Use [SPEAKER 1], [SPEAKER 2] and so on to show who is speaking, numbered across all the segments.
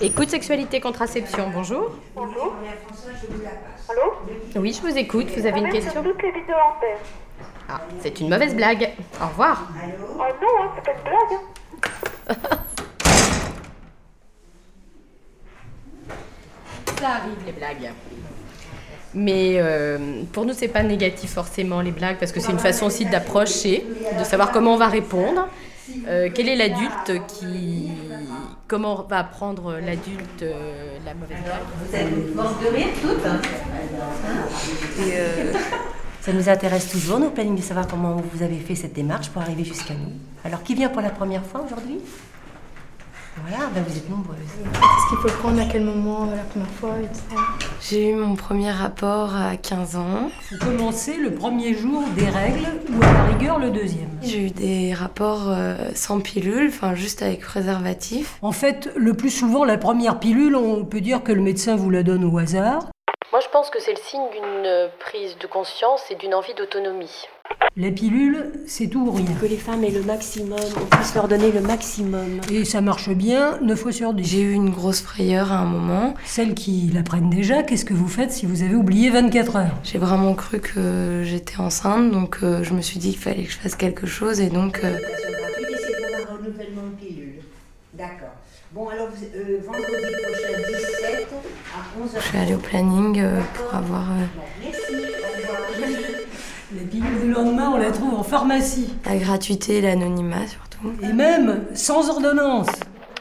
[SPEAKER 1] Écoute sexualité contraception, bonjour.
[SPEAKER 2] Bonjour. Allô
[SPEAKER 1] Oui, je vous écoute, vous avez une
[SPEAKER 2] Même sur
[SPEAKER 1] question
[SPEAKER 2] toutes les vidéos en paix.
[SPEAKER 1] Ah, c'est une mauvaise blague. Au revoir.
[SPEAKER 2] Oh non, hein, c'est pas une blague. hein.
[SPEAKER 1] Ça arrive les blagues. Mais euh, pour nous, c'est pas négatif forcément les blagues parce que c'est une façon aussi d'approcher, de savoir comment on va répondre. Euh, quel est l'adulte qui. Comment va prendre l'adulte euh, la mauvaise blague
[SPEAKER 3] Vous êtes mortes de rire toutes hein Et, euh, Ça nous intéresse toujours, nos plannings, de savoir comment vous avez fait cette démarche pour arriver jusqu'à nous. Alors, qui vient pour la première fois aujourd'hui Voilà, ben vous êtes nombreuses.
[SPEAKER 4] Est-ce qu'il faut le prendre à quel moment, euh, la première fois et tout ça
[SPEAKER 5] J'ai eu mon premier rapport à 15 ans.
[SPEAKER 6] Faut commencer le premier jour des règles ou à la rigueur le deuxième.
[SPEAKER 5] J'ai eu des rapports euh, sans pilule, enfin juste avec préservatif.
[SPEAKER 6] En fait, le plus souvent, la première pilule, on peut dire que le médecin vous la donne au hasard.
[SPEAKER 7] Moi, je pense que c'est le signe d'une prise de conscience et d'une envie d'autonomie.
[SPEAKER 6] La pilule, c'est tout ou rien.
[SPEAKER 8] Que les femmes aient le maximum, on puisse leur donner le maximum.
[SPEAKER 6] Et ça marche bien 9 fois sur 10.
[SPEAKER 5] J'ai eu une grosse frayeur à un moment.
[SPEAKER 6] Celles qui la prennent déjà, qu'est-ce que vous faites si vous avez oublié 24 heures
[SPEAKER 5] J'ai vraiment cru que j'étais enceinte, donc euh, je me suis dit qu'il fallait que je fasse quelque chose et donc euh,
[SPEAKER 9] renouvellement de pilule. D'accord. Bon, alors, vous- euh, vendredi prochain, 17 à 11h.
[SPEAKER 5] je suis allée au planning euh, pour avoir. euh,
[SPEAKER 9] Merci, au revoir.
[SPEAKER 6] La pilule du lendemain, on la trouve en pharmacie.
[SPEAKER 5] La gratuité et l'anonymat surtout.
[SPEAKER 6] Et même sans ordonnance.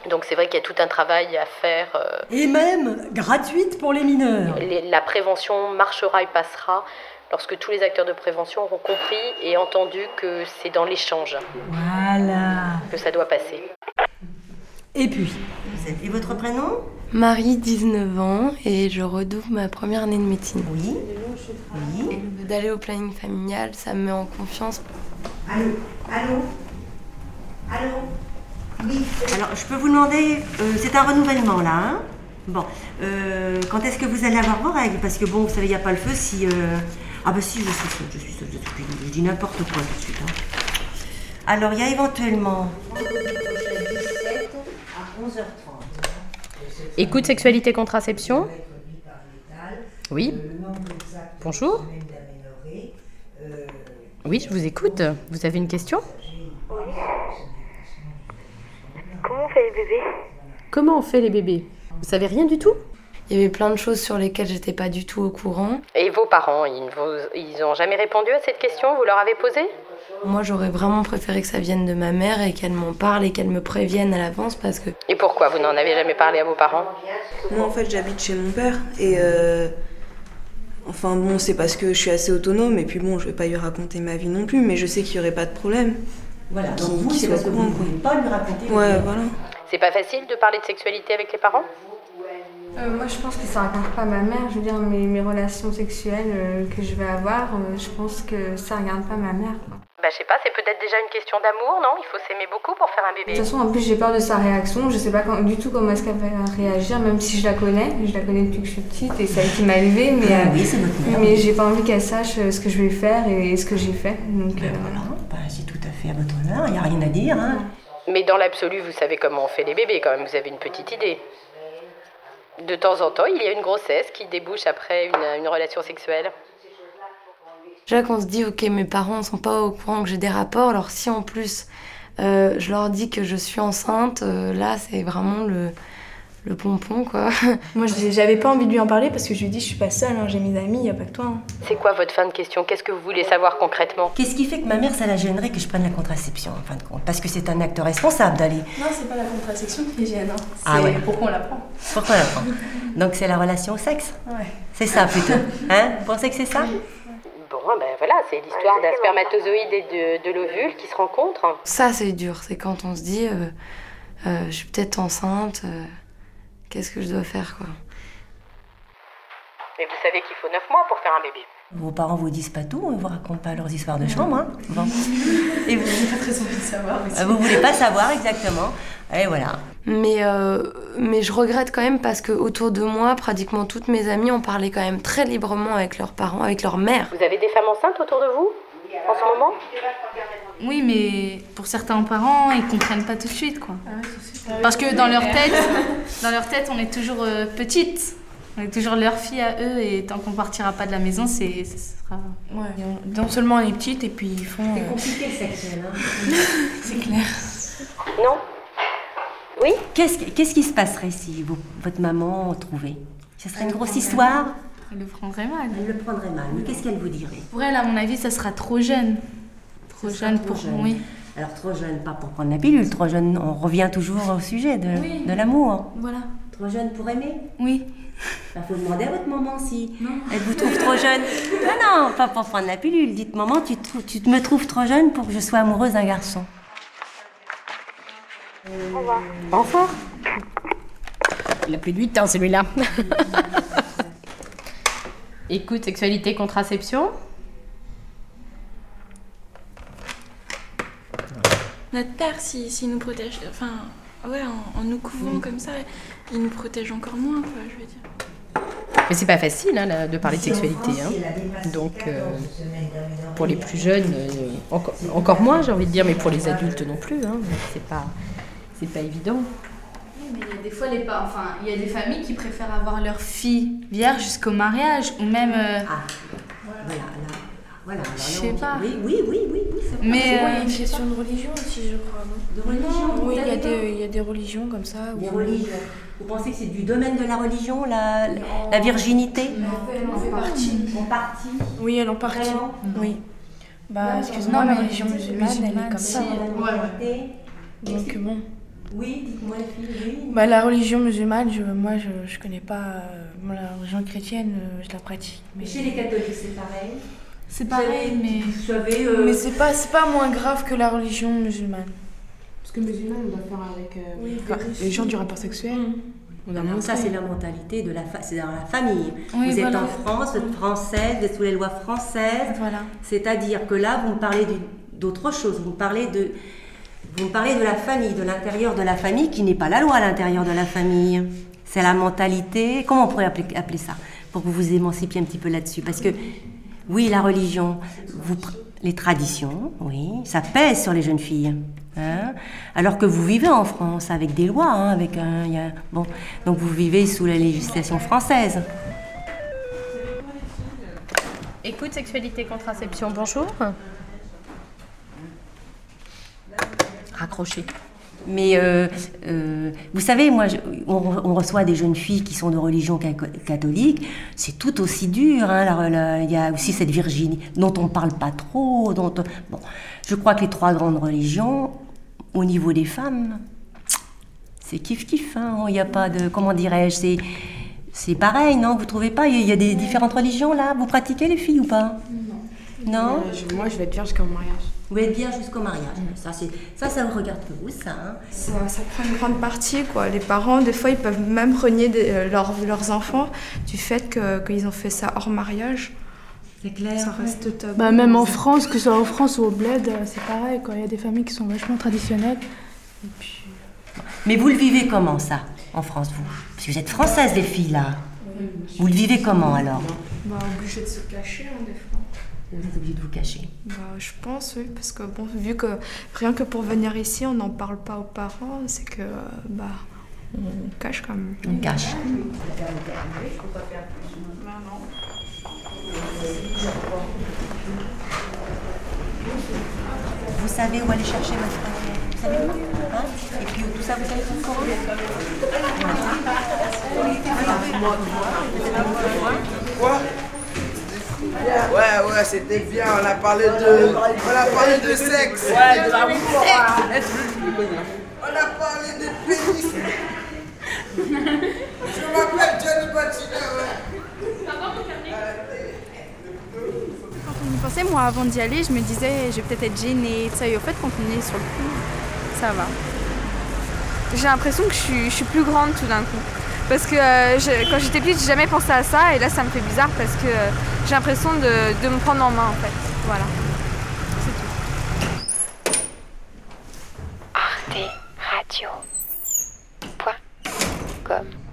[SPEAKER 7] Donc c'est vrai qu'il y a tout un travail à faire. euh,
[SPEAKER 6] Et même gratuite pour les mineurs.
[SPEAKER 7] les- la prévention marchera et passera lorsque tous les acteurs de prévention auront compris et entendu que c'est dans l'échange
[SPEAKER 6] Voilà.
[SPEAKER 7] que ça doit passer.
[SPEAKER 6] Et puis,
[SPEAKER 3] Vous êtes- Et votre prénom
[SPEAKER 5] Marie, 19 ans, et je redouble ma première année de médecine.
[SPEAKER 3] Oui. Oui.
[SPEAKER 5] D'aller au planning familial, ça me met en confiance.
[SPEAKER 9] Allô Allô Allô Oui,
[SPEAKER 3] Alors, je peux vous demander, euh, c'est un renouvellement là, hein Bon, euh, quand est-ce que vous allez avoir vos règles Parce que bon, vous savez, il n'y a pas le feu si. euh, Ah bah si, je suis seule, je suis seule, je, suis- je dis n'importe quoi tout de suite. hein. Alors, il y a éventuellement
[SPEAKER 9] vendredi prochain, 17 à 11h30.
[SPEAKER 1] Écoute sexualité contraception Oui. Bonjour. Oui, je vous écoute. Vous avez une question
[SPEAKER 2] Comment on fait les bébés
[SPEAKER 1] Comment on fait les bébés Vous savez rien du tout
[SPEAKER 5] Il y avait plein de choses sur lesquelles j'étais pas du tout au courant.
[SPEAKER 7] Et vos parents, ils vous- ils ont jamais répondu à cette question Vous leur avez posé
[SPEAKER 5] Moi, j'aurais vraiment préféré que ça vienne de ma mère et qu'elle m'en parle et qu'elle me prévienne à l'avance parce que
[SPEAKER 7] Et pourquoi vous n'en avez jamais parlé à vos parents
[SPEAKER 10] Moi, en fait, j'habite chez mon père et. euh, Enfin bon, c'est parce que je suis assez autonome et puis bon, je vais pas lui raconter ma vie non plus, mais je sais qu'il y aurait pas de problème.
[SPEAKER 3] Voilà,
[SPEAKER 10] Qui-
[SPEAKER 3] donc vous,
[SPEAKER 10] qui
[SPEAKER 3] c'est
[SPEAKER 10] soit
[SPEAKER 3] parce que vous
[SPEAKER 10] courant,
[SPEAKER 3] ne
[SPEAKER 10] quoi.
[SPEAKER 3] pouvez pas lui raconter.
[SPEAKER 10] Ouais, voilà.
[SPEAKER 7] C'est pas facile de parler de sexualité avec les parents
[SPEAKER 4] Euh, Moi, je pense que ça raconte pas ma mère. Je veux dire, mes, mes relations sexuelles euh, que je vais avoir, euh, je pense que ça regarde pas ma mère. quoi.
[SPEAKER 7] Bah je sais pas, c'est peut-être déjà une question d'amour, non Il faut s'aimer beaucoup pour faire un
[SPEAKER 4] De
[SPEAKER 7] bébé.
[SPEAKER 4] toute façon, en plus, j'ai peur de sa réaction. Je sais pas quand- du tout comment est-ce qu'elle va réagir, même si je la connais. Je la connais depuis que je suis petite et c'est elle qui m'a élevée, mais,
[SPEAKER 3] Ah
[SPEAKER 4] euh,
[SPEAKER 3] oui, c'est votre mère.
[SPEAKER 4] mais j'ai pas envie qu'elle sache euh, ce que je vais faire et, et ce que j'ai fait. Donc, euh,
[SPEAKER 3] Ben voilà, ben, c'est tout à fait à votre honneur, il n'y a rien à dire. Hein.
[SPEAKER 7] Mais dans l'absolu, vous savez comment on fait les bébés quand même, vous avez une petite idée. De temps en temps, il y a une grossesse qui débouche après une, une relation sexuelle.
[SPEAKER 5] déjà qu'on se dit, ok, mes parents sont pas au courant que j'ai des rapports, alors si en plus euh, je leur dis que je suis enceinte, euh, là, c'est vraiment le, le pompon, quoi.
[SPEAKER 4] Moi, j'ai- j'avais pas envie de lui en parler parce que je lui ai dit, je suis pas seule, hein, j'ai mes amis, y a pas que toi. hein.
[SPEAKER 7] C'est quoi votre fin de question Qu'est-ce que vous voulez savoir concrètement
[SPEAKER 3] Qu'est-ce qui fait que ma mère, ça la gênerait que je prenne la contraception, en fin de compte Parce que c'est un acte responsable d'aller.
[SPEAKER 8] Non, c'est pas la contraception qui est gêne, c'est
[SPEAKER 3] Ah ouais.
[SPEAKER 8] pourquoi on la prend.
[SPEAKER 3] Pourquoi la prendre Donc c'est la relation au sexe C'est ça plutôt. Hein Vous pensez que c'est ça
[SPEAKER 7] Bon, ben voilà, c'est l'histoire d'un spermatozoïde et de, de l'ovule qui se rencontrent.
[SPEAKER 5] Ça, c'est dur, c'est quand on se dit, euh, euh, je suis peut-être enceinte, euh, qu'est-ce que je dois faire, quoi.
[SPEAKER 7] Mais vous savez qu'il faut 9 mois pour faire un bébé.
[SPEAKER 3] Vos parents vous disent pas tout, ils vous racontent pas leurs histoires de chambre. Hein Bon. Et vous
[SPEAKER 8] J'ai pas très envie de savoir. mais
[SPEAKER 3] vous voulez pas savoir exactement. Et voilà.
[SPEAKER 5] Mais, euh, mais je regrette quand même parce que autour de moi, pratiquement toutes mes amies en parlaient quand même très librement avec leurs parents, avec leur mère.
[SPEAKER 7] Vous avez des femmes enceintes autour de vous
[SPEAKER 2] En ce moment
[SPEAKER 11] Oui, mais pour certains parents, ils comprennent pas tout de suite, quoi. Parce que dans leur tête, dans leur tête, on est toujours euh, petite. On est toujours leur fille à eux et tant qu'on partira pas de la maison, c'est ce sera.
[SPEAKER 12] Ouais, et on- non seulement on est petite et puis ils font. euh, c'est clair.
[SPEAKER 3] Non Oui Qu'est-ce qui- qu'est-ce qui se passerait si vous- votre maman trouvait Ce serait une grosse histoire
[SPEAKER 11] Elle le prendrait mal.
[SPEAKER 3] Elle le prendrait mal. Mais qu'est-ce qu'elle vous dirait
[SPEAKER 11] Pour elle, à mon avis, ça sera trop jeune. Trop jeune pour
[SPEAKER 3] jeune.
[SPEAKER 11] oui.
[SPEAKER 3] Alors trop jeune, pas pour prendre la pilule, trop jeune, on revient toujours au sujet de,
[SPEAKER 11] Oui.
[SPEAKER 3] de l'amour.
[SPEAKER 11] Voilà.
[SPEAKER 3] Trop jeune pour aimer
[SPEAKER 11] Oui.
[SPEAKER 3] Il faut demander à votre maman si elle vous trouve trop jeune. Non, non, pas pour prendre la pilule. Dites maman, tu, te trou- tu te- me trouves trop jeune pour que je sois amoureuse d'un garçon.
[SPEAKER 2] Au revoir.
[SPEAKER 1] Au revoir. Il a plus de 8 ans celui-là. Écoute, sexualité, contraception.
[SPEAKER 13] Notre père, s'il s'il nous protège, enfin, ouais, en, en nous
[SPEAKER 1] Mm.
[SPEAKER 13] couvrant comme ça, il nous protège encore moins, quoi, je veux dire.
[SPEAKER 1] Mais c'est pas facile hein, là, de parler de
[SPEAKER 13] Ici, en
[SPEAKER 1] sexualité.
[SPEAKER 13] France,
[SPEAKER 1] hein.
[SPEAKER 13] il a dépassé
[SPEAKER 1] Donc, euh, pour les plus jeunes, euh, encore, encore moins, j'ai envie de dire, mais pour les adultes non plus. hein. c'est pas, c'est pas évident.
[SPEAKER 11] Oui, mais il y a des fois les parents, enfin, il y a des familles qui préfèrent avoir leur fille vierge jusqu'au mariage ou même. Ah,
[SPEAKER 3] voilà, voilà.
[SPEAKER 11] Je sais pas.
[SPEAKER 3] Oui, oui, oui, oui,
[SPEAKER 11] vrai. Mais,
[SPEAKER 12] Parce que, ouais, il y a
[SPEAKER 11] euh,
[SPEAKER 12] une question de religion aussi, je crois. Non
[SPEAKER 3] De religion,
[SPEAKER 12] Oui, il y, a
[SPEAKER 3] d'accord.
[SPEAKER 12] des- il y a des religions comme ça.
[SPEAKER 3] Des
[SPEAKER 12] où-
[SPEAKER 3] religions. Vous pensez que c'est du domaine de la religion, la, la virginité
[SPEAKER 12] En partie. Oui, elle en partie. Oui. Bah,
[SPEAKER 3] Ouais,
[SPEAKER 12] excuse-moi,
[SPEAKER 3] non,
[SPEAKER 12] la
[SPEAKER 3] mais
[SPEAKER 12] religion
[SPEAKER 3] c'est
[SPEAKER 12] musulmane, elle est
[SPEAKER 3] musulmane,
[SPEAKER 12] comme
[SPEAKER 3] si,
[SPEAKER 12] ça.
[SPEAKER 3] ouais,
[SPEAKER 12] Donc bon.
[SPEAKER 3] Oui, dites-moi les filles, oui.
[SPEAKER 12] Bah, la religion musulmane, je, moi, je, je connais pas. euh, moi, la religion chrétienne, euh, je la pratique.
[SPEAKER 3] Mais chez les catholiques, c'est pareil.
[SPEAKER 11] C'est pareil, mais.
[SPEAKER 3] Vous savez, euh,
[SPEAKER 12] Mais c'est pas, c'est pas moins grave que la religion musulmane.
[SPEAKER 14] Parce que musulman, on doit faire avec euh,
[SPEAKER 12] Oui,
[SPEAKER 14] enfin,
[SPEAKER 12] avec
[SPEAKER 14] les gens du rapport sexuel.
[SPEAKER 3] Ah non, ça, c'est la mentalité de la, fa- c'est dans la famille.
[SPEAKER 14] Oui,
[SPEAKER 3] vous êtes
[SPEAKER 14] voilà.
[SPEAKER 3] en France,
[SPEAKER 12] Mmh.
[SPEAKER 3] vous êtes française, vous êtes sous les lois françaises.
[SPEAKER 12] Voilà.
[SPEAKER 3] C'est-à-dire que là, vous me parlez d'une- d'autre chose. Vous me parlez de, vous me parlez de la famille, de l'intérieur de la famille, qui n'est pas la loi à l'intérieur de la famille. C'est la mentalité. Comment on pourrait appeler, appeler ça Pour que vous vous émancipiez un petit peu là-dessus. Parce que, oui, la religion, vous pr- les traditions, oui, ça pèse sur les jeunes filles. hein. Alors que vous vivez en France avec des lois, hein, avec un, il y a- bon, donc vous vivez sous la législation française.
[SPEAKER 1] Écoute, sexualité, contraception, bonjour. Raccroché.
[SPEAKER 3] Mais euh, euh, vous savez, moi, je- on, re- on reçoit des jeunes filles qui sont de religion ca- catholique. C'est tout aussi dur. hein, la- la- Il y a aussi cette Virginie dont on parle pas trop. Dont on- bon, je crois que les trois grandes religions, au niveau des femmes, c'est kiff kiff. hein. Oh, Il n'y a pas de comment dirais-je. C'est c'est pareil, non Vous trouvez pas Il y, a- il y a des différentes religions là. Vous pratiquez les filles ou pas Non.
[SPEAKER 14] Euh, je- moi, je vais être vierge jusqu'au mariage.
[SPEAKER 3] Vous êtes bien jusqu'au mariage. Ça, c'est ça, ça vous regarde que vous, ça. hein.
[SPEAKER 15] Ça, ça prend une grande partie, quoi. Les parents, des fois, ils peuvent même renier des- euh, leurs, leurs enfants du fait que- qu'ils ont fait ça hors mariage.
[SPEAKER 3] C'est clair.
[SPEAKER 15] Ça reste top.
[SPEAKER 14] Bah, même en France, que ce soit en France ou au bled, euh, c'est pareil. quoi. Il y a des familles qui sont vachement traditionnelles. euh,
[SPEAKER 3] Mais vous le vivez comment ça, en France, vous Parce que vous êtes française, les filles, là. Vous le vivez comment, alors
[SPEAKER 15] Bah, obligé de se cacher, hein, des fois.
[SPEAKER 3] Vous êtes obligé de vous cacher.
[SPEAKER 15] Bah, je pense, oui, parce que, bon, vu que rien que pour venir ici, on n'en parle pas aux parents, c'est que, euh, bah, on cache quand même.
[SPEAKER 3] On cache. Vous savez où aller chercher votre frère Vous savez où Hein Et puis tout ça, vous savez tout comment
[SPEAKER 16] Quoi Ouais, ouais, c'était bien, on a parlé de. On a parlé de sexe
[SPEAKER 9] Ouais, de l'amour.
[SPEAKER 16] Être On a parlé de pénis Je m'appelle Johnny
[SPEAKER 17] Quand on y pensait, moi, avant d'y aller, je me disais, je vais peut-être être gênée, tout ça. Et au fait, quand on est sur le coup, ça va. J'ai l'impression que je suis, je suis plus grande tout d'un coup. Parce que euh, je- quand j'étais petite, j'ai jamais pensé à ça. Et là, ça me fait bizarre parce que euh, j'ai l'impression de, de me prendre en main, en fait. Voilà.
[SPEAKER 18] Radio. Point. Com.